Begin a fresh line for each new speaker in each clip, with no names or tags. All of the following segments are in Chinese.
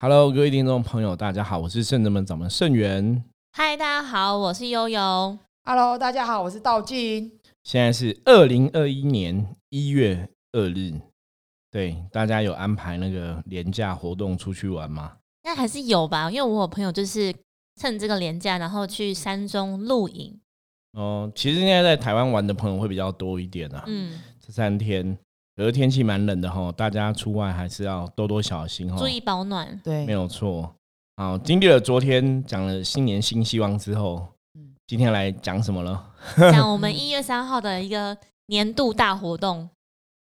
Hello，各位听众朋友，大家好，我是圣人门掌门圣元，
嗨，大家好，我是悠悠。
Hello，大家好，我是道静。
现在是二零二一年一月二日。对，大家有安排那个廉价活动出去玩吗？
那还是有吧，因为我有朋友就是趁这个廉价，然后去山中露营。
哦、其实现在在台湾玩的朋友会比较多一点啊。
嗯，
这三天，可是天气蛮冷的哈，大家出外还是要多多小心哈
注。意 保暖。
对
没，有错。好，经历了昨天讲了新年新希望之后
嗯，
今天来讲什么了？
像我们一月三号的一个年度大活动，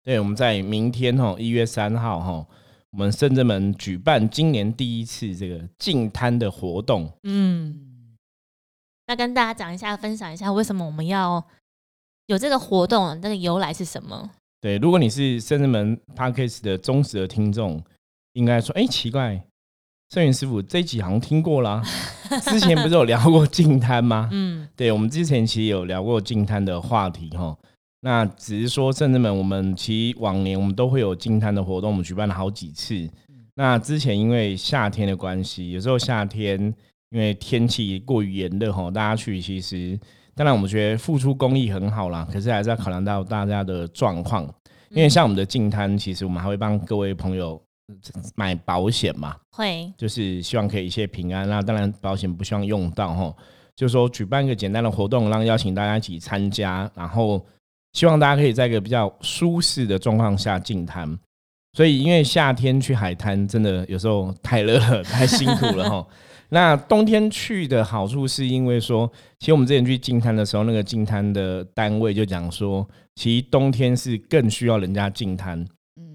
对，我们在明天哈，一月三号哈，我们深圳门举办今年第一次这个净滩的活动。
嗯，那跟大家讲一下，分享一下为什么我们要有这个活动，那个由来是什么？
对，如果你是深圳门 Parkes 的忠实的听众，应该说，哎、奇怪，圣云师傅这一集好像听过啦，之前不是有聊过净滩吗？
嗯，
对，我们之前其实有聊过净滩的话题哈。那只是说，圣人们，我们其实往年我们都会有净滩的活动，我们举办了好几次。那之前因为夏天的关系，有时候夏天因为天气过于炎热哈，大家去其实当然我们觉得付出公益很好啦，可是还是要考量到大家的状况。因为
嗯
像我们的净滩，其实我们还会帮各位朋友买保险嘛。
会，
就是希望可以一切平安。那当然，保险不希望用到哈，就是说举办一个简单的活动，让邀请大家一起参加，然后希望大家可以在一个比较舒适的状况下进滩。所以，因为夏天去海滩真的有时候太热了，太辛苦了哈。 那冬天去的好处是因为说，其实我们之前去进滩的时候，那个进滩的单位就讲说，其实冬天是更需要人家进滩，
嗯，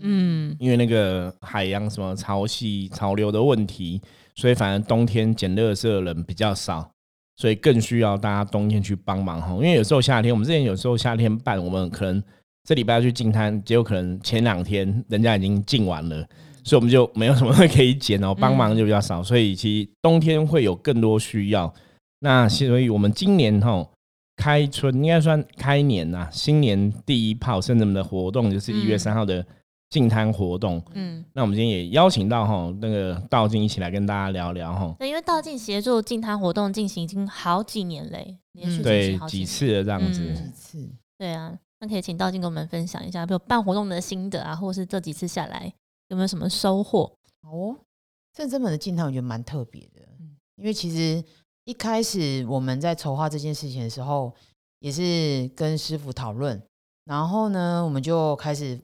嗯，
因为那个海洋什么潮汐、潮流的问题，所以反而冬天捡垃圾的人比较少，所以更需要大家冬天去帮忙吼。因为有时候夏天，我们之前有时候夏天办，我们可能这礼拜要去进滩，结果可能前两天人家已经进完了，所以我们就没有什么可以捡哦，帮忙就比较少，所以其实冬天会有更多需要。那所以我们今年吼。开春应该算开年呐、新年第一炮，甚至我们的活动就是一月
嗯
三号的净滩活动。
嗯，
那我们今天也邀请到哈那个道静一起来跟大家聊聊哈，
对，因为道静协助净滩活动进行已经好几年嘞，连续
嗯
进
对
行好
几
年
次了这样子，
嗯
几次
对啊，那可以请道静跟我们分享一下，比如办活动的心得啊，或是这几次下来有没有什么收获？
好哦。嗯圣真门的进堂我觉得蛮特别的，因为其实一开始我们在筹划这件事情的时候，也是跟师傅讨论，然后呢，我们就开始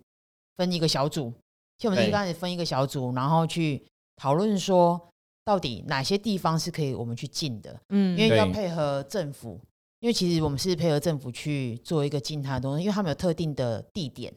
分一个小组，其实我们
对
一开始分一个小组，然后去讨论说到底哪些地方是可以我们去进的，
嗯
因为要
对
配合政府，因为其实我们是配合政府去做一个进摊的东西，因为他们有特定的地点，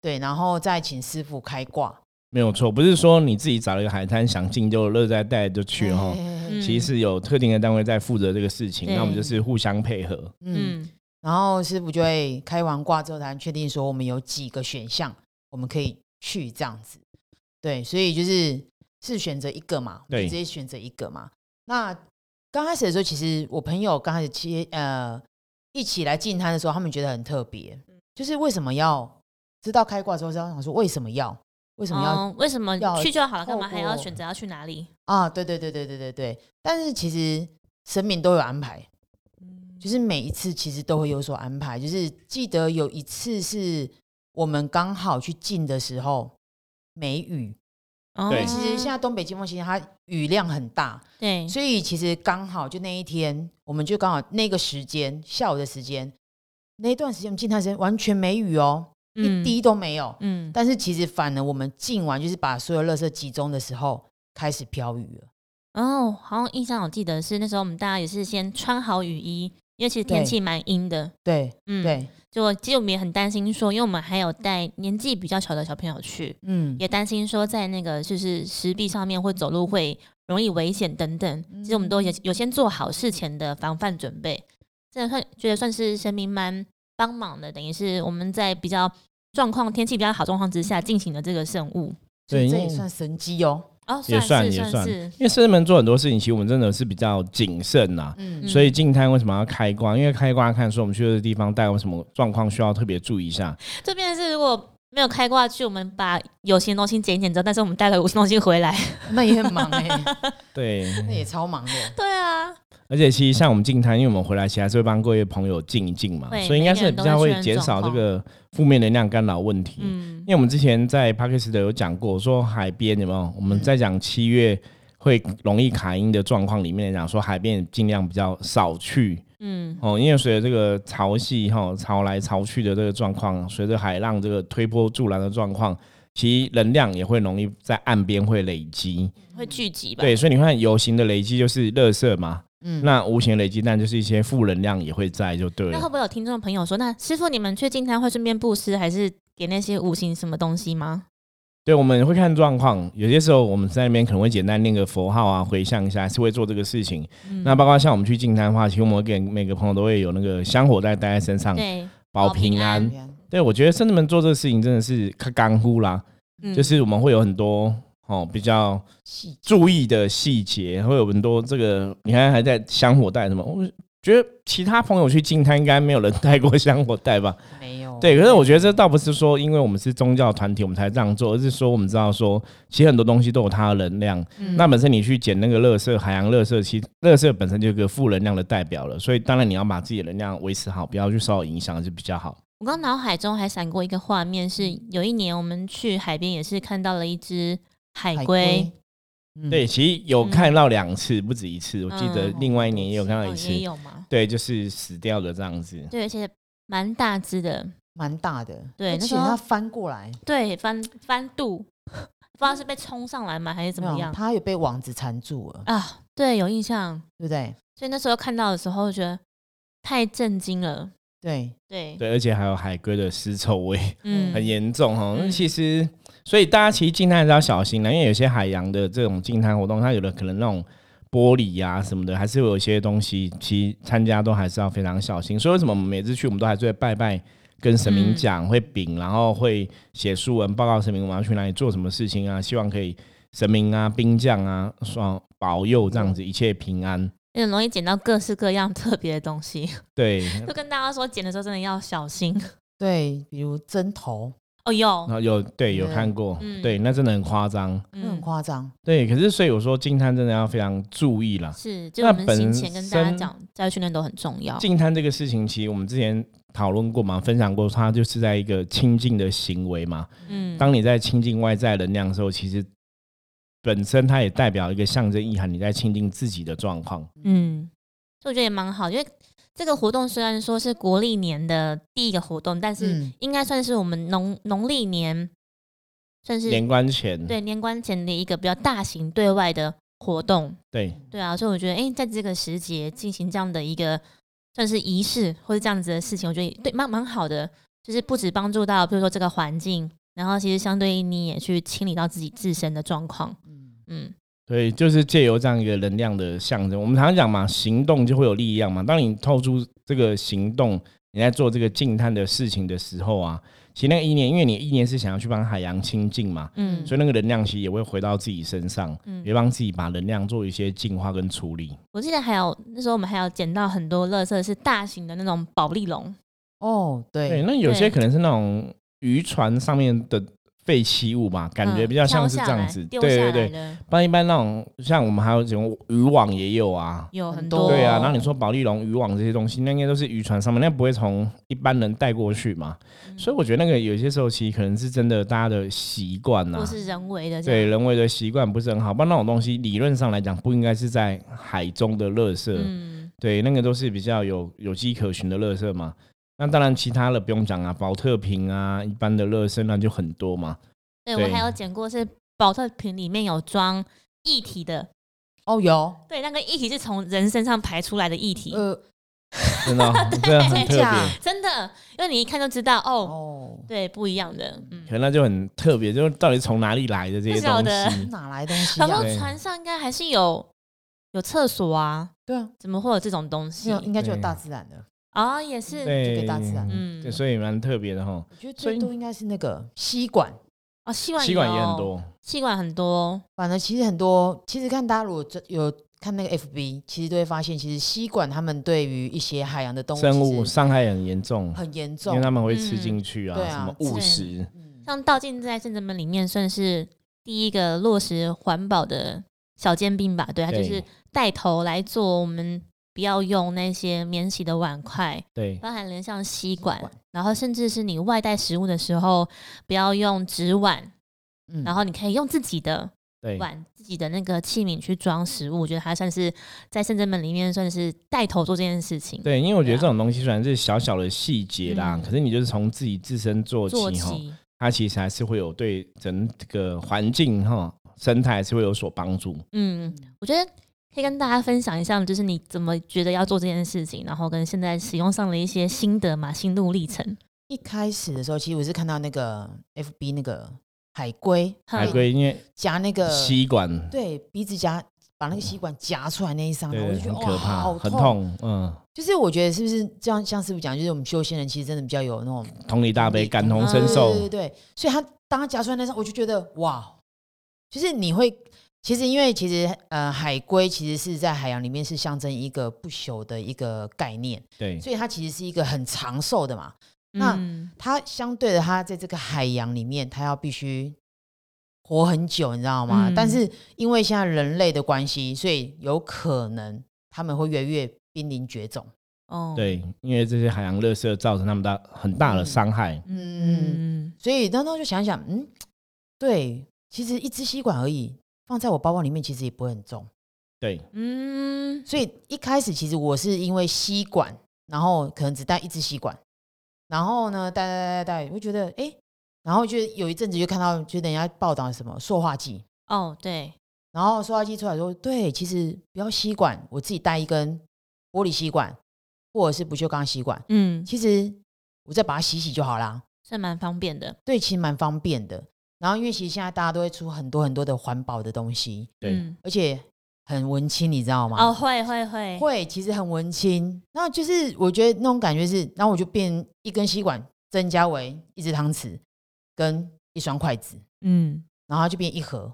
对，然后再请师傅开挂。
没有错，不是说你自己找了一个海滩想进就乐在带就去哈，
嗯
嗯
其实是有特定的单位在负责这个事情，
对
那我们就是互相配合，
嗯，然后师傅就会开完挂之后，才能确定说我们有几个选项我们可以去这样子。对，所以就是是选择一个嘛，我们
对
就直接选择一个嘛。那刚开始的时候，其实我朋友刚开始接呃一起来进摊的时候，他们觉得很特别，就是为什么要知道开挂之后，就要想说为什么要为什么要、
哦、为什么
要
去就好了，干
透
嘛还要
过
选择要去哪里？
啊？对对对对对对对。但是其实神明都有安排，
嗯
就是每一次其实都会有所安排。就是记得有一次是我们刚好去进的时候，梅雨。
哦
对
其实现在东北季风，其实它雨量很大，
对，
所以其实刚好就那一天，我们就刚好那个时间，下午的时间，那一段时间我们进探时间完全没雨哦，一
嗯
滴都没有。
嗯，
但是其实反而我们进完，就是把所有垃圾集中的时候，开始飘雨了。
哦，好像印象我记得是那时候我们大家也是先穿好雨衣，因为其实天
对
气蛮阴的，
对
嗯，。
对，
就其实我们也很担心说，因为我们还有带年纪比较小的小朋友去，
嗯，
也担心说在那个就是石壁上面会走路会容易危险等等。其实我们都有有先做好事前的防范准备，这算觉得算是神明蛮帮忙的，等于是我们在比较状况天气比较好状况之下进行的这个圣物。
所以
对
这
因
也
为
算神机哦。
哦，
也
算
算
是
也
算
算
是，
因为深圳门做很多事情，其实我们真的是比较谨慎呐、
嗯
所以进滩为什么要开挂？因为开挂看说我们去的地方带有什么状况需要特别注意一下。
这边是如果没有开挂去，我们把有形的东西捡一捡之后，但是我们带了无形的东西回来。
那也很忙 哎、
嗯对，
那也超忙的。
对啊，
而且其实像我们进摊，因为我们回来其实还是会帮各位朋友静一静嘛
会，
所以应该是比较会减少
每
这
个人都会确
个负面能量干扰问题。
嗯
因，为我们之前在 p a k i s 的有讲过，说海边有没有？我们在讲七月会容易卡音的状况里面讲说，海边尽量比较少去
嗯，
哦，因为随着这个潮汐哈、潮来潮去的这个状况，随着海浪这个推波助澜的状况，其实能量也会容易在岸边会累积。
会聚集吧？
对，所以你看，有形的累积就是垃圾嘛，
嗯，
那无形的累积但就是一些负能量也会在，就对
那
了
会。不会有听众朋友说，那师傅你们去进摊会顺便布施，还是点那些五行什么东西吗？
对，我们会看状况，有些时候我们在那边可能会简单念个佛号啊，回向一下，是会做这个事情。
嗯
那包括像我们去进摊的话，其实我们会给每个朋友都会有那个香火袋带在身上，
对，
保
保平
平安。
安
对我觉得圣人们做这个事情真的是看干乎啦，
嗯
就是我们会有很多哦比较
细节
注意的细节，会有很多这个你看还在香火袋什么，我觉得其他朋友去进摊应该没有人带过香火袋吧。
没有。
对，可是我觉得这倒不是说，因为我们是宗教团体，我们才这样做，而是说我们知道说，其实很多东西都有它的能量。
嗯
那本身你去捡那个垃圾，海洋垃圾，其实垃圾本身就是个负能量的代表了，所以当然你要把自己的能量维持好，不要去受到影响是比较好。
我刚脑海中还闪过一个画面，是有一年我们去海边，也是看到了一只海龟，，哦
嗯
对，，其实有看到两次，不止一次，我记得
嗯
另外一年也有看到
哦
一次
也，有嘛？
对，就是死掉的这样子。
对，而且蛮大只的，
蛮大的。
对
而
那
且
时候
它翻过来
对，翻翻肚，不知道是被冲上来吗，还是怎么
没有
样
它有被网子缠住了，
啊？对，有印象。
对不对？
所以那时候看到的时候，觉得太震惊了。
对，
对，
对，而且还有海龟的尸臭味，
嗯，
很严重哈。那
嗯
其实，所以大家其实进滩还是要小心啊的，因为有些海洋的这种进滩活动，它有的可能那种玻璃啊什么的，还是有一些东西，其实参加都还是要非常小心。所以为什么我们每次去，我们都还是会拜拜。跟神明讲、
嗯
会禀，然后会写书文报告神明我们要去哪里做什么事情啊，希望可以神明啊、兵将啊，双保佑这
嗯
样子一切平安。
也很容易捡到各式各样特别的东西。
对，
就跟大家说，捡的时候真的要小心。
对，比如针头，
哦，
然
有，
后有对有
嗯
看过，
嗯
对，那真的很夸张。
那很
嗯，
夸张。
对，可是所以我说进滩真的要非常注意啦。
是，就是我们行前跟大
啊那
家
本
讲，教育训练都很重要。
净滩这个事情，其实我们之前讨论过嘛，分享过，它就是在一个清净的行为嘛。
嗯，
当你在清净外在能量的时候，其实本身它也代表一个象征意涵，你在清净自己的状况。
嗯，所以我觉得也蛮好，因为这个活动虽然说是国历年的第一个活动，但是
嗯
应该算是我们农农历年算是
年关前，
嗯对年关前的一个比较大型对外的活动。
对
对啊，所以我觉得，哎、在这个时节进行这样的一个算是仪式或者这样子的事情，我觉得也对蛮蛮好的，就是不止帮助到比如说这个环境，然后其实相对应你也去清理到自己自身的状况。
嗯，
嗯
所以就是借由这样一个能量的象征，我们常常讲嘛，行动就会有力量嘛。当你透出这个行动，你在做这个净滩的事情的时候啊，其实那个意念，因为你意念是想要去帮海洋清净嘛，
嗯
所以那个能量其实也会回到自己身上，也
嗯，
帮自己把能量做一些净化跟处理。
我记得还有那时候我们还有捡到很多垃圾是大型的那种保利龙，
哦，
对，
对，
那有些
对
可能是那种渔船上面的废弃物嘛，感觉
嗯
比较像
飘
是
下
这样
来
子。对
丢
对
下来
对，
的
不然一般那种像我们还有这种渔网也有啊。
有
很
很
多
多，
对啊，然后你说保利龙、渔网这些东西，那应该都是渔船上面，那不会从一般人带过去嘛。
嗯
所以我觉得那个有些时候其实可能是真的大家的习惯呐、
或是人为的这
对
样，
人为的习惯不是很好，不然那种东西理论上来讲不应该是在海中的垃圾，
嗯，
对，那个都是比较有有迹可循的垃圾嘛。那当然其他的不用讲啊，保特瓶啊，一般的垃圾那就很多嘛。
对
对
我还有捡过是保特瓶里面有装液体的，
哦，有，
对，那个液体是从人身上排出来的液体，
呃，
真的哦、真的很特
真假
别。
真的，因为你一看就知道哦，
哦，
对，不一样的，嗯
可，能那就很特别，就是到底是从哪里来的这些
不晓
东
得
西？
哪来东西
然后
啊？
对
船上应该还是有有厕所啊，
对啊，
怎么会有这种东西
没有，应嗯该就有
对
大自然的。
啊、哦？也是，
对，
就给大自然
嗯，
嗯
对所以蛮特别的哈。
我觉得
所以
最多应该是那个吸管。
哦，吸管
吸管也
有
很，多，
吸管很多，
反而其实很多，其实看大家如果真有看那个 FB，其实都会发现，其实吸管他们对于一些海洋的动物
生
其
物
实
伤害很严重，
很严重
因为，他们会吃
嗯
进去啊，
对啊
什么误
对
食。
嗯
像道尽在圣人们里面算是第一个落实环保的小尖兵吧，对，他啊就
对
是带头来做我们不要用那些免洗的碗筷，
对
包含连像吸管
管，
然后甚至是你外带食物的时候，不要用纸碗，
嗯
然后你可以用自己的
对，
碗、自己的那个器皿去装食物。我觉得它算是在圣真门里面算是带头做这件事情，
对，因为我觉得
对啊
这种东西虽然是小小的细节啦，
嗯
可是你就是从自己自身做
做
起哈，
起
它其实还是会有对整个环境哈生态还是会有所帮助。
嗯，我觉得可以跟大家分享一下，就是你怎么觉得要做这件事情，然后跟现在使用上的一些心得嘛、心路历程。
一开始的时候，其实我是看到那个 FB 那个海龟
嗯
海龟因为
夹那个
吸管，
对鼻子夹，把那个吸管夹出来那一刹那，我
对，
就
很
觉得
可
哇，
怕，
好
很
痛。
痛，嗯，
就是我觉得是不是这样？像师傅讲，就是我们修仙人其实真的比较有那种
同理大悲，感同身
嗯
受，
对对对，所以他当他夹出来那时候，我就觉得哇，哦就是你会，其实因为其实呃，海龟其实是在海洋里面是象征一个不朽的一个概念，
对
所以它其实是一个很长寿的嘛。那
嗯
它相对的，它在这个海洋里面，它要必须活很久，你知道吗？
嗯
但是因为现在人类的关系，所以有可能他们会越来越濒临绝种。
哦，
对，因为这些海洋垃圾造成他们大很大的伤害，
嗯，
所以当时就想想，嗯，对，其实一支吸管而已，放在我包包里面其实也不会很重。
对
嗯
所以一开始其实我是因为吸管，然后可能只带一支吸管，然后呢带带带带，我觉得哎、诶然后就有一阵子就看到，就人家报道什么塑化剂，
哦，对，
然后塑化剂出来说，对，其实不要吸管，我自己带一根玻璃吸管或者是不锈钢吸管，
嗯，
其实我再把它洗洗就好啦。
是蛮方便的。
对，其实蛮方便的。然后因为其实现在大家都会出很多很多的环保的东西，
对
嗯，
而且很文青，你知道吗？
哦，会会会，
会，其实很文青。那就是我觉得那种感觉是，然后我就变一根吸管增加为一只汤匙跟一双筷子，
嗯，
然后它就变一盒，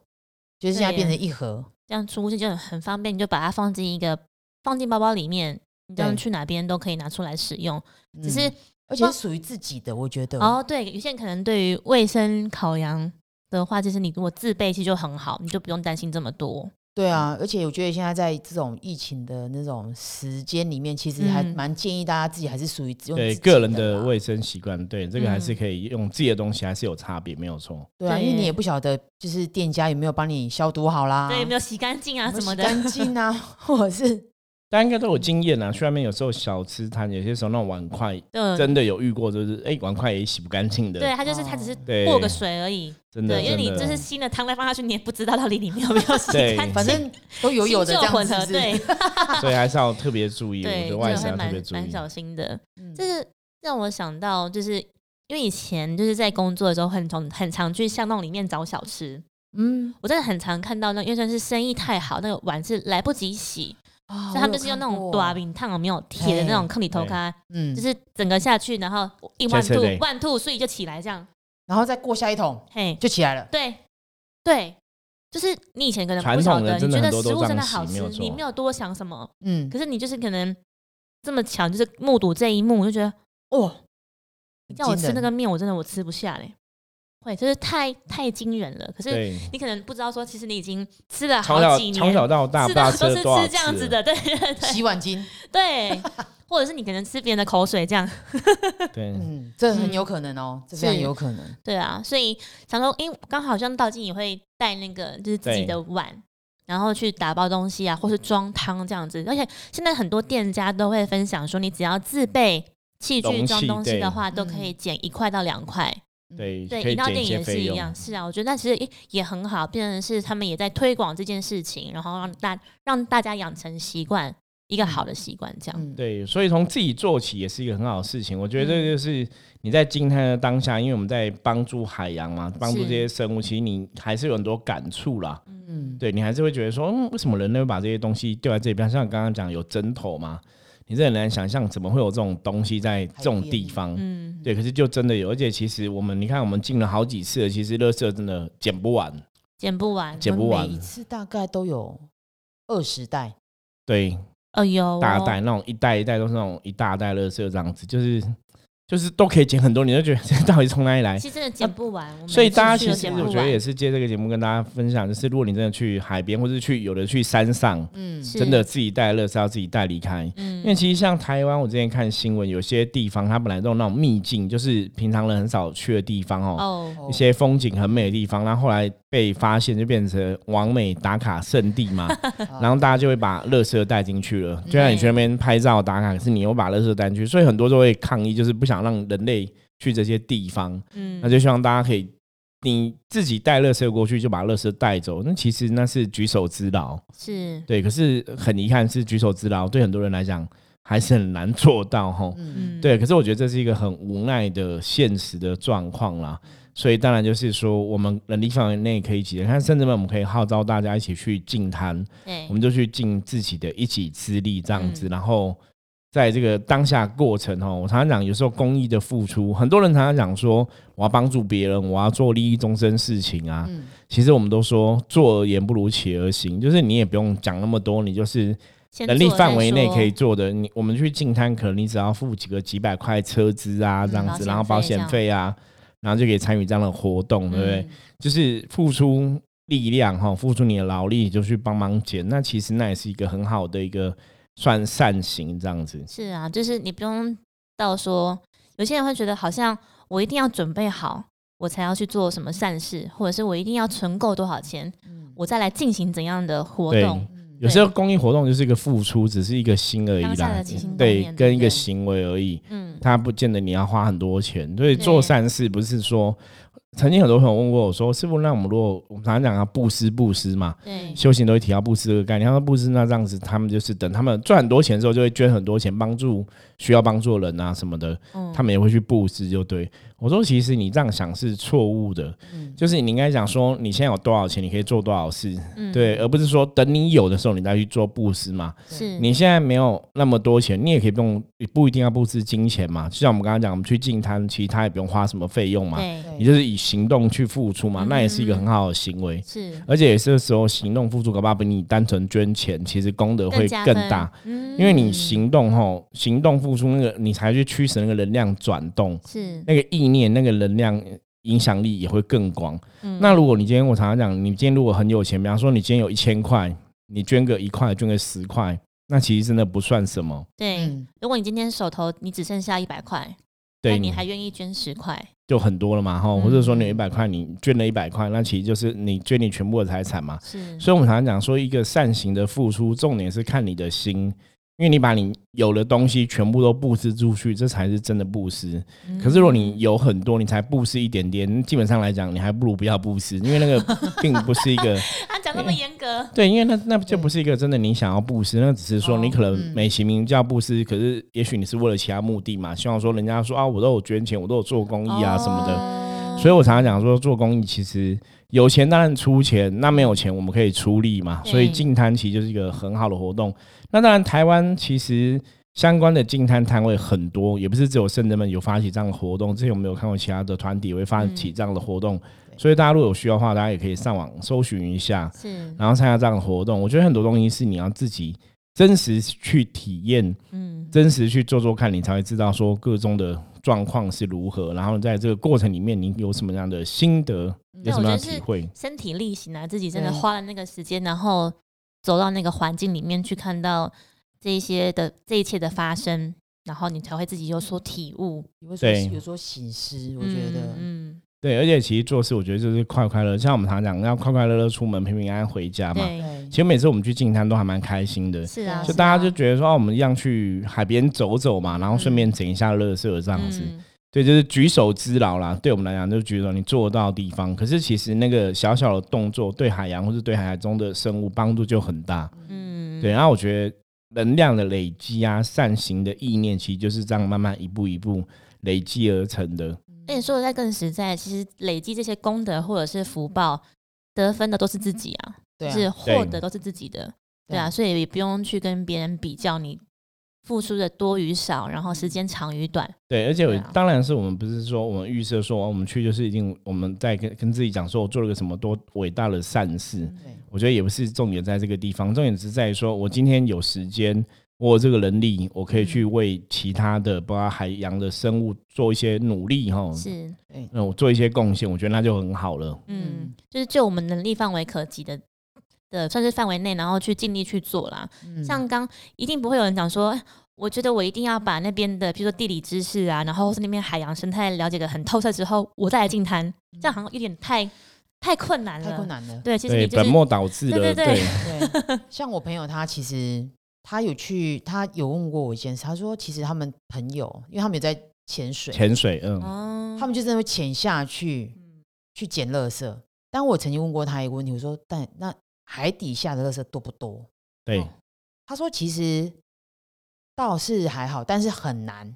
就是现
对啊
在
耶
变成一盒。
这样出去就很很方便，你就把它放进一个放进包包里面，你这样
对
去哪边都可以拿出来使用。只是
嗯而且是属于自己的，我觉得。
哦，对，有些人可能对于卫生考量的话，就是你如果自备其实就很好，你就不用担心这么多。
对啊，而且我觉得现在在这种疫情的那种时间里面，其实还
嗯
蛮建议大家自己还是属于只用
对
自己
个人的
啦嗯
卫生习惯，对这个还是可以用自己的东西，还是有差别，没有错。
对啊，因为
对
你也不晓得，就是店家有没有帮你消毒好啦，
对，有没有洗干净啊
有没有
什么
洗
的。
干净啊， 或者是
大家应该
嗯
都有经验啊，去外面有时候小吃摊，有些时候那种碗筷
对，
嗯
真的有遇过，就是哎、碗筷也洗不干净的，
啊
对，它就是它只是
对，
过个水而已。
真的，
对，因为你
真的
就是新的汤再放下去，你也不知道到底里面有没有洗
对
干净。
反正都有有的这
新旧
样
混
子
合，
是 不是，
对
所以还是要特别注意，我
对，
觉
这
得
个
外省
会
要特别
蛮
注
蛮
意。
小心的。
嗯
这是让我想到，就是因为以前就是在工作的时候，很常很常去巷弄里面找小吃。
嗯，
我真的很常看到那，因为真的是生意太好，那个碗是来不及洗，
啊
所以他们就是用那种短，饼烫有没有铁的那种
嘿
坑里
哎
头咖，
我有看过啊嗯，
就是整个下去，然后一
切
万
切
吐
嘞
万吐，所以就起来这样。
然后再过下一桶
嘿，
就起来了，
对对，就是你以前可能
传
不晓
统的
得，你
真的很
觉
多
得食
都
物
这
真的
样洗
好
没
吃
有，
你
错
没有多想什么，
嗯，
可是你就是可能这么巧，就是目睹这一幕，我就觉得
哇，很
叫我
惊
吃
人
那个面，我真的我吃不下嘞。会，就是太太惊人了。可是
对，
你可能不知道，说其实你已经吃了
从
好
小
几年，
从小到大，不知
吃
道
到
吃
都
了
是
多少
吃这样
次
子
了
的，对对对
洗 碗巾，
对，或者是你可能吃别人的口水这样，
对，
嗯，这很
嗯
有可能哦，这非常
是
有可能，
对啊，所以想说，因为刚好像道静也会带那个就是自己
对
的碗，然后去打包东西啊，或是装汤这样子。而且现在很多店家都会分享说，你只要自备器具
容
装
器
东西
对
的话，都可以
嗯
减一块到两块。
对，
对，
可
饮
以
料
减
店
一些
也是
费
一
用。
样，是啊，我觉得那其实也也很好，变成是他们也在推广这件事情，然后让大让大家养成习惯，一个好的习惯这样。
嗯，
对，所以从自己做起也是一个很好的事情。我觉得
嗯
这就是你在惊叹的当下，因为我们在帮助海洋嘛，帮助
是
这些生物，其实你还是有很多感触啦。
嗯，
对你还是会觉得说，嗯，为什么人类会把这些东西丢在这边？像你刚刚讲有针头嘛，你这很难想象怎么会有这种东西在这种地方。
嗯，
对，可是就真的有，而且其实我们你看，我们进了好几次了，其实垃圾真的捡不完。
剪不完，
剪不
我
完
们每一次大概都有二十袋，
对，
哦有
大
哦
袋那种一袋一袋都是那种一大袋垃圾这样子，就是就是都可以捡很多，你就觉得 这到底从哪里来？
其实真的捡不完。我们
啊所以大家
去
其
都
实
捡
我
不
觉得
完
也是借这个节目跟大家分享，就是如果你真的去海边，或者去有的去山上，
嗯
是
真的自己带乐圾要自己带离开。因为
嗯
其实像台湾，我之前看新闻，有些地方它本来都有那种秘境，就是平常人很少去的地方哦，
哦，
一些风景很美的地方，然后后来被发现就变成完美打卡圣地嘛，然后大家就会把垃圾带进去了。就像你去那边拍照打卡，可是你又把垃圾带进去，所以很多都会抗议，就是不想让人类去这些地方。
嗯
那就希望大家可以你自己带垃圾过去，就把垃圾带走。那其实那是举手之劳，
是
对。可是很遗憾是举手之劳，对很多人来讲还是很难做到吼。
嗯，
对，可是我觉得这是一个很无奈的现实的状况啦。所以当然就是说，我们能力范围内可以一起，看甚至呢，我们可以号召大家一起去净滩，
对
我们就去尽自己的一己之力这样子，
嗯
然后在这个当下过程哦，我常常讲，有时候公益的付出，很多人常常讲说我要帮助别人，我要做利益终身事情啊。
嗯
其实我们都说做而言不如起而行，就是你也不用讲那么多，你就是
先
能力
做
范
再
围内
说
可以做的。你我们去进摊，可能你只要付几个几百块车资啊
嗯
这样
保
子，
险
然后保
费这
险
样
费啊，然后就可以参与这样的活动，对不对？
嗯
就是付出力量哈，付出你的劳力就去帮忙捡，那其实那也是一个很好的一个算善行这样子。
是啊，就是你不用到说，有些人会觉得好像我一定要准备好，我才要去做什么善事，或者是我一定要存够多少钱，
嗯
我再来进行怎样的活
对
动，
嗯
有时候公益活动就是一个付出，只是一个心而已
当下
啦
的起心，动
对，
念对
跟一
不
个
对
行为而已，
嗯，
它不见得你要花很多钱。所以
对
做善事不是说，曾经很多朋友问过我说，师傅，那我们如果我们常常讲啊，布施布施嘛，
对，
修行都会提到布施这个概念。他说布施那这样子，他们就是等他们赚很多钱之后，就会捐很多钱帮助需要帮助的人啊什么的。
嗯，
他们也会去布施，就对我说，其实你这样想是错误的，
嗯
就是你应该想说，你现在有多少钱，你可以做多少事，
嗯
对，而不是说等你有的时候你再去做布施嘛。
是
你现在没有那么多钱，你也可以不用，不一定要布施金钱嘛。就像我们刚刚讲，我们去进摊，其实他也不用花什么费用嘛，
对
你就是以行动去付出嘛，
嗯
那也是一个很好的行为。
是
而且也是时候行动付出，搞不好比你单纯捐钱，其实功德会
加
更
分
大，，
嗯
因为你行动吼，行动付出那个，你才去驱使那个能量转动。
是
那个意念、那个能量影响力也会更广。
嗯
那如果你今天我常常讲，你今天如果很有钱，比方说你今天有一千块，你捐个一块，捐个十块，那其实真的不算什么。
对，
嗯
如果你今天手头你只剩下一百块，
对嗯
但你还愿意捐十块，
就很多了嘛，哈，或者说你有一
嗯
百块，你捐了一百块，那其实就是你捐你全部的财产嘛。
是
所以我们常常讲说，一个善行的付出，重点是看你的心，因为你把你有的东西全部都布施出去，这才是真的布施。
嗯
可是如果你有很多，你才布施一点点，基本上来讲，你还不如不要布施，因为那 个并不是一个
他讲那么严格，
对，因为那那就不是一个真的你想要布施，那只是说
哦
你可能
嗯
美其名叫布施，可是也许你是为了其他目的嘛，希望说人家说啊，我都有捐钱，我都有做公益啊什么的。
哦
所以我常常讲说，做公益其实有钱当然出钱，那没有钱我们可以出力嘛。
对
所以净摊其实就是一个很好的活动。那当然，台湾其实相关的净摊摊位很多，也不是只有圣人们有发起这样的活动。之前我们有看过其他的团体也会发
嗯
起这样的活动，所以大家如果有需要的话，大家也可以上网搜寻一下，
是
然后参加这样的活动。我觉得很多东西是你要自己真实去体验，
嗯
真实去做做看，你才会知道说各中的状况是如何，然后在这个过程里面，你有什么样的心得，
嗯
有什么样的体会？
身体力行啊，自己真的
对
花了那个时间，然后走到那个环境里面去看到这一些的这一切的发生，然后你才会自己有所体悟。
有时
对
候有时候醒狮，我觉得
嗯，
对，而且其实做事，我觉得就是快快乐，像我们常讲，要快快乐乐出门，平平安安回家
嗯
嘛。
对，
其实每次我们去进滩都还蛮开心的，
是啊，
就是大家
啊
就觉得说，哦、我们一样去海边走走嘛，然后顺便捡一下垃圾这样子。
嗯
对，就是举手之劳啦。对我们来讲，就是举手你做得到的地方。可是其实那个小小的动作，对海洋或是对海中的生物帮助就很大。
嗯，
对，然啊后我觉得能量的累积啊，善行的意念，其实就是这样慢慢一步一步累积而成的。
而且说的再更实在，其实累积这些功德或者是福报，得分的都是自己啊，
对
就
啊
是获
对
得都是自己的，
对
对啊，所以也不用去跟别人比较你付出的多与少，然后时间长与短，
对，而且我
对啊
当然是我们不是说我们预设说哦我们去就是一定我们在跟跟自己讲说我做了个什么多伟大的善事，
对啊
啊
我觉得也不是重点在这个地方，重点是在于说我今天有时间，我有这个能力，我可以
嗯
去为其他的包括海洋的生物做一些努力哈，
是，
那我做一些贡献，我觉得那就很好了。
嗯
嗯，
就是就我们能力范围可及的的算是范围内，然后去尽力去做啦。
嗯
像刚一定不会有人讲说，哎我觉得我一定要把那边的，比如说地理知识啊，然后是那边海洋生态了解的很透彻之后，我再来进滩，这样好像有点太太困难了。
嗯太困难了。
对，其实
对，
你就
本
是
末倒置了。
对对对
对，像我朋友他其实他有去，他有问过我一件事，他说其实他们朋友，因为他们有在潜水，
潜水，嗯，
哦
他们就真的会潜下去
嗯
去捡垃圾。但我曾经问过他一个问题，我说：“但那海底下的垃圾多不多
对
哦，？”
他说：“其实倒是还好，但是很难。”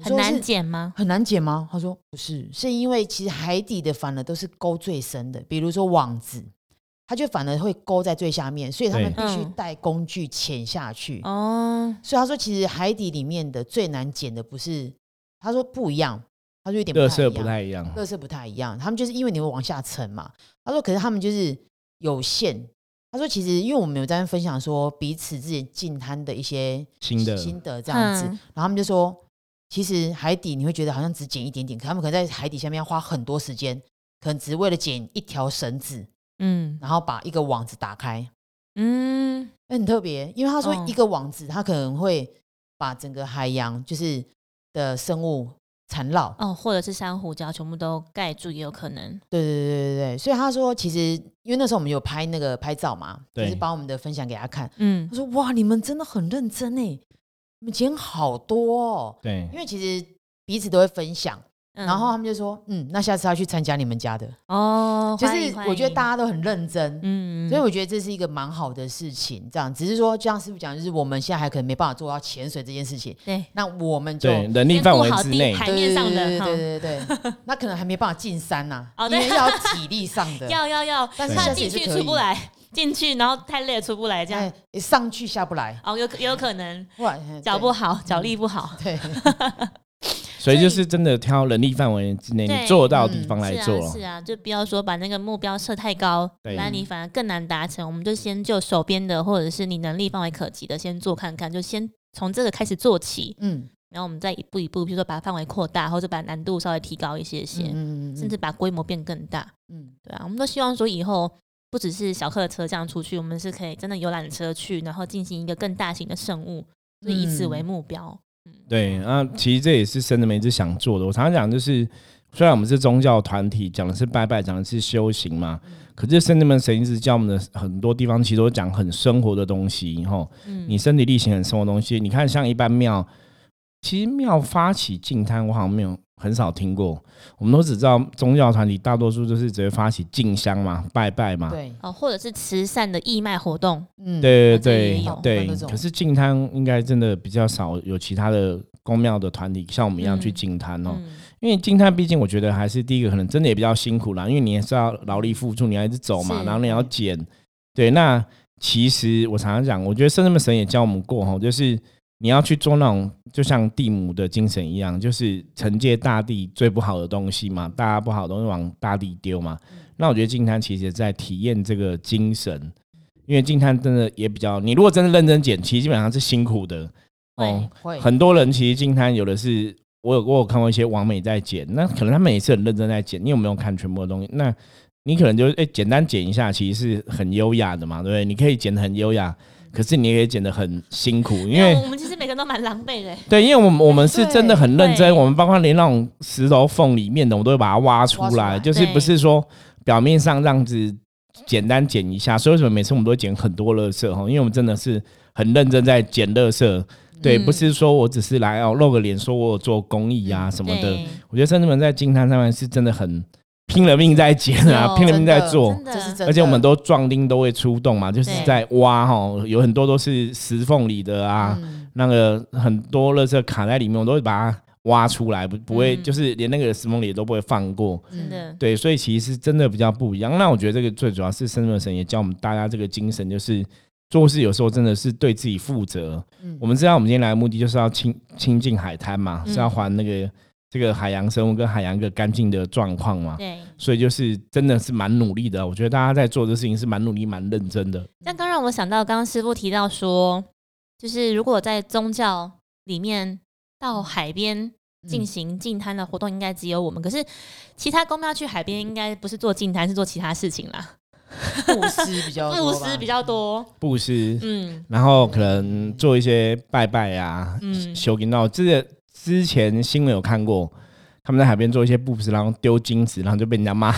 我
很
说是
难减吗？
很难解吗？他说不是，是因为其实海底的反而都是勾最深的，比如说网子，它就反而会勾在最下面，所以他们
对嗯
必须
嗯
带工具潜下去。
哦，
所以他说，其实海底里面的最难捡的不是，他说不一样，他说有点
乐
太
色
一
不
样，
太一样。
垃圾不太一样，他们就是因为你会往下沉嘛。他说，可是他们就是有限。他说，其实因为我们有在分享说彼此之前进滩的一些
新的
心得这样子，
嗯
然后他们就说，其实海底你会觉得好像只捡一点点，可他们可能在海底下面要花很多时间，可能只为了捡一条绳子，
嗯
然后把一个网子打开，
嗯，
欸很特别，因为他说
嗯
一个网子，它可能会把整个海洋就是的生物缠绕，
哦，或者是珊瑚礁全部都盖住也有可能。
对对对对对，所以他说其实因为那时候我们有拍那个拍照嘛，就
对
是把我们的分享给他看，
嗯
他说哇，你们真的很认真哎，你们捡好多哦，
对
因为其实彼此都会分享，
嗯
然后他们就说，嗯，那下次要去参加你们家的，
哦，
就
欢迎
是我觉得大，家都很认真，
欢迎嗯，
所以我觉得这是一个蛮好的事情。这样只是说，就像师傅讲，就是我们现在还可能没办法做到潜水这件事情，
对，
那我们就
对，能力范围之内
兼顾好地，海面上的
对
哈
对对对对对，那可能还没办法进山呐，
哦
因
对
为要体力上的，
要要要，
但
是
怕
下
次
进
也是
去
可以
出不来，进去然后太累了出不来这样
哎。上去下不来，
哦，有可有可能
不 然
脚不好，脚力不好。
对，
所以就是真的挑能力范围之内
对
你做得到的地方嗯来
是
做。
啊，是啊，就不要说把那个目标设太高，
对
那你反而更难达成。我们就先就手边的，或者是你能力范围可及的，先做看看，就先从这个开始做起，
嗯
然后我们再一步一步，比如说把范围扩大，或者把难度稍微提高一些些，
嗯
甚至把规模变更大。
嗯
对啊，我们都希望说以后不只是小客车这样出去，我们是可以真的游览车去，然后进行一个更大型的任务，就以此为目标。嗯
对，那其实这也是生的梅子想做的。我常常讲，就是虽然我们是宗教团体，讲的是拜拜，讲的是修行嘛，可是生的梅神一直教我们的很多地方，其实都讲很生活的东西。吼，
嗯，
你身体力行很生活的东西，你看像一般庙，其实庙发起净摊，我好像没有很少听过。我们都只知道宗教团体大多数就是直接发起进香嘛，拜拜嘛。
嗯对
哦，或者是慈善的义卖活动，
嗯
对
这也
对
有
对
那种
可是进摊应该真的比较少有其他的公庙的团体像我们一样去
嗯
进摊哦，
嗯，
因为进摊毕竟我觉得还是第一个可能真的也比较辛苦啦，因为你也是要劳力付出，你要一直走嘛，
是
然后你要捡，对，那其实我常常讲，我觉得圣人们神也教我们过吼，就是你要去做那种就像地母的精神一样，就是承接大地最不好的东西嘛，大家不好的东西往大地丢嘛。那我觉得净滩其实也在体验这个精神，因为净滩真的也比较，你如果真的认真捡，其实基本上是辛苦的哦。
会
很多人其实进滩有的是。我有我有看过一些网美在剪，那可能他们也是很认真在剪。你有没有看全部的东西？那你可能就是哎、诶简单剪一下，其实是很优雅的嘛，对不对？你可以剪得很优雅，可是你也可以剪得很辛苦，因
因为
为
我们其实每个人都蛮狼狈的，
对，因为我们我们是
对
真的很认
对
真，我们包括连那种石头缝里面的，我们都会把它挖出来，
挖出来
就是
对
不是说表面上这样子简单捡一下。所以为什么每次我们都会捡很多垃圾哈？因为我们真的是很认真在捡垃圾，对，
嗯
不是说我只是来哦露个脸，说我有做公益啊什么的。
欸对，
我觉得甚至们在金滩上面是真的很拼了命在捡啊，
有
拼了命在
真的
做。
真的，
这是真的，嗯
而且我们都壮丁都会出动嘛，就是
对
在挖哈，有很多都是石缝里的啊，
嗯
那个很多垃圾卡在里面，我都会把它挖出来，不不会、
嗯
就是连那个石缝里都不会放过。
真的，
嗯
对，所以其实真的比较不一样。那我觉得这个最主要是深圳神也教我们大家这个精神，就是做事有时候真的是对自己负责。
嗯
我们知道我们今天来的目的就是要亲亲近海滩嘛，
嗯
是要还那个这个海洋生物跟海洋一个干净的状况嘛。
对。
所以就是真的是蛮努力的，我觉得大家在做这事情是蛮努力、蛮认真的。
这样刚让我想到，刚刚师傅提到说，就是如果在宗教里面到海边进
嗯
行净滩的活动，应该只有我们。可是其他公庙去海边应该不是做净滩，是做其他事情啦，
布施比较
布
多吧，
施比较多。
布施，
嗯
然后可能做一些拜拜啊，
嗯
修金道。这个之前新闻有看过，他们在海边做一些布施，然后丢金子，然后就被人家 骂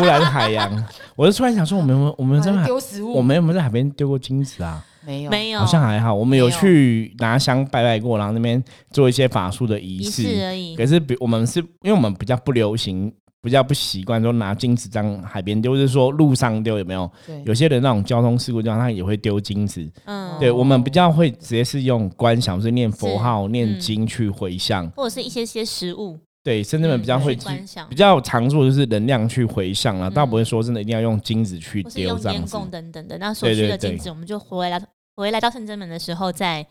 污染海洋。我就突然想说，我们有没有我们在
啊
海，
丢食物，
我们有没有在海边丢过金子啊？
没
嗯
有
没有
好像还好，我们有
没有
去拿香拜拜过，然后那边做一些法术的仪
仪
式。
式而已。
可是比我们是因为我们比较不流行，比较不习惯说拿金子当海边丢，就是说路上丢有没有？
对
有些人那种交通事故这样，他也会丢金子。
嗯，
对
哦
我们比较会直接是用观想，是念佛
是
号、念
嗯
经去回向。
或者是一些些食物，
对，甚至们
嗯
比较会
去
去
观想
比，较常做就是能量去回向了，
嗯
倒不会说真的一定要用金子去
或是用
丢这样
烟
子。
供等等的。那所
对
需
对
的镜
对
子，我们就回来回来到圣真门的时候再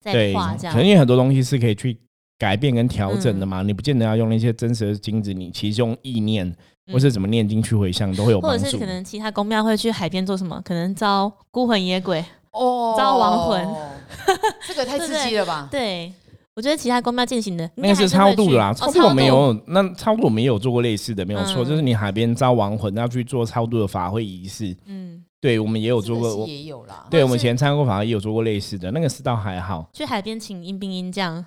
再
对，
画这样
可能。因为很多东西是可以去改变跟调整的嘛，你不见得要用那些真实的金子，你其实用意念
嗯
或是怎么念经去回向都会有
或
帮
者是
助
可。能其他公庙会去海边做什么？可能招孤魂野鬼。
哦
招亡魂，
这个太刺激了吧？
对，我觉得其他公庙进行的
那
应该
个
还
是
会
超度
去
啦，
哦
超度我们
度
有那超度我们也有做过类似的，没有错，
嗯
就是你海边招亡魂要去做超度的法会仪式，
嗯，
对我们也有做过，
这个
我
是也有啦。
对
或
我们以
哦是
前参加过法会也有做过类似的，那个是倒还好。
去海边请阴兵阴将，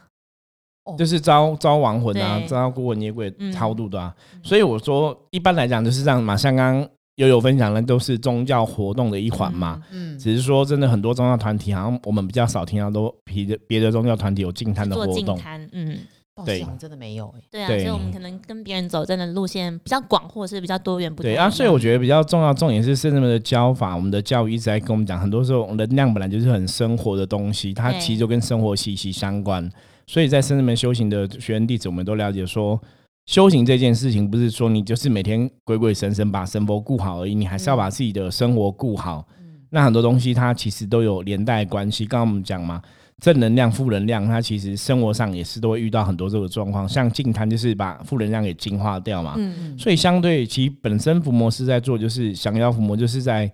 就是招招亡魂啊，
嗯对
招孤魂野鬼
嗯
超度的啊。
嗯
所以我说，一般来讲就是这样嘛。像刚刚悠悠分享的，都是宗教活动的一环嘛。
嗯，
只是说，真的很多宗教团体，好像我们比较少听到，都别的别的宗教团体有净
嗯，
摊的
做
活
净
动。
坛，嗯，
倒
对
是好像真的没有哎。
对啊，
对
所以我们可能跟别人走真的路线比较广，或者是比较多元不同
对啊，所以我觉得比较重要重点是圣人们的教法，我们的教育一直在跟我们讲，很多时候能量本来就是很生活的东西，它
对
其实就跟生活息息相关。所以在圣人们修行的学员弟子，我们都了解说，修行这件事情不是说你就是每天鬼鬼神神把神佛顾好而已，你还是要
嗯
把自己的生活顾好。那很多东西它其实都有连带关系。刚刚我们讲嘛，正能量、负能量，它其实生活上也是都会遇到很多这个状况。像净坛就是把负能量给净化掉嘛，
嗯，
所以相对其本身伏魔师在做，就是降妖伏魔，就是在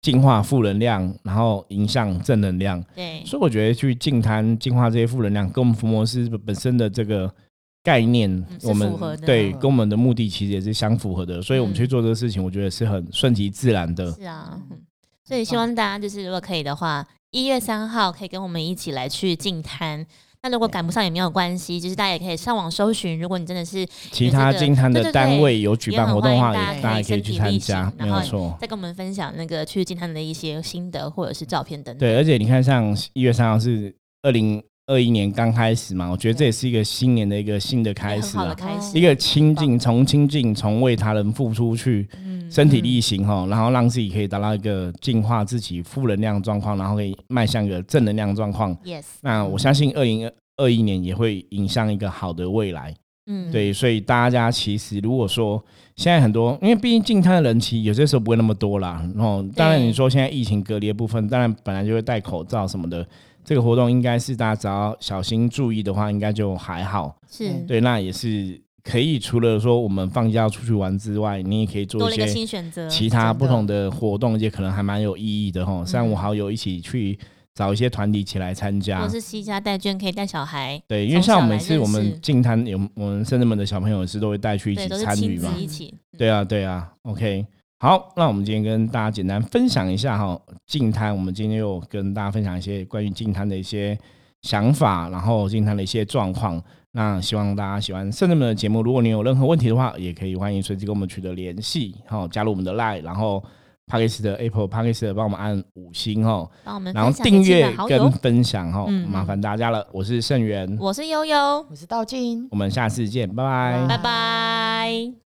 净化负能量，然后迎向正能量。
对，
所以我觉得去净滩净化这些负能量，跟我们伏魔师本身的这个概念，
是
我们
符合的
对
嗯
跟我们的目的其实也是相符合的。所以我们
嗯
去做这个事情，我觉得是很顺其自然的。
是啊，嗯所
很
以希
棒
望大家就是如果可以的话，一月三号可以跟我们一起来去净滩。那如果赶不上也没有关系，就是大家也可以上网搜寻。如果你真的是
其他
这个
净滩
对
的
对对
单位有举
也
办
很
活动的话，
欢迎
也
大
大
家
家
可
可
以
以去
身体
参
力
加
行，
没
然
有
后
错。
再跟我们分享那个去净滩的一些心得或者是照片等等。
对，而且你看，像一月三号是二零二一年刚开始嘛，我觉得这也是一个新年的一个新的开
也很
始
好的
啊，
开
哦
始
一。个清净，从清净，从为他人付出去，
嗯
身体力行哈，然后让自己可以达到一个净化自己负能量状况，然后可以迈向一个正能量状况。
Yes，
那我相信二零二一年也会影响一个好的未来。
嗯，
对，所以大家其实如果说现在很多，因为毕竟进摊的人其实有些时候不会那么多啦。然后，当然
对
你说现在疫情隔离的部分，当然本来就会戴口罩什么的，这个活动应该是大家只要小心注意的话，应该就还好。
是
对，那也是可以除了说我们放假出去玩之外，你也可以
多
做
了
一
一个
些
新选择。
其他
真的
不同的活动，也可能还蛮有意义的哈。
嗯
像我好友一起去找一些团体起来参加，
如果是西家带眷，可以带小孩，
对，因为
从
像
小
我每
来
次
认
我
识
们进摊，有我们甚至们的小朋友是都会带去一
对，
起
都是
参与
亲子
嘛。
一起。
对啊，对啊，OK。好，那我们今天跟大家简单分享一下哈，进摊。我们今天又跟大家分享一些关于进摊的一些想法，然后进摊的一些状况。那希望大家喜欢圣人们的节目。如果你有任何问题的话，也可以欢迎随时跟我们取得联系，好、加入我们的 Line，然后 p a c k a g e 的 Apple p a c k a g e 的帮我们按五星哦，
帮我们
然后
嗯分享
订
给亲
阅
朋好
跟
友。
分享哦，
嗯
麻烦大家了。我是盛元，
我是悠悠，
我是道静，
嗯我们下次见，拜拜。
拜
拜拜。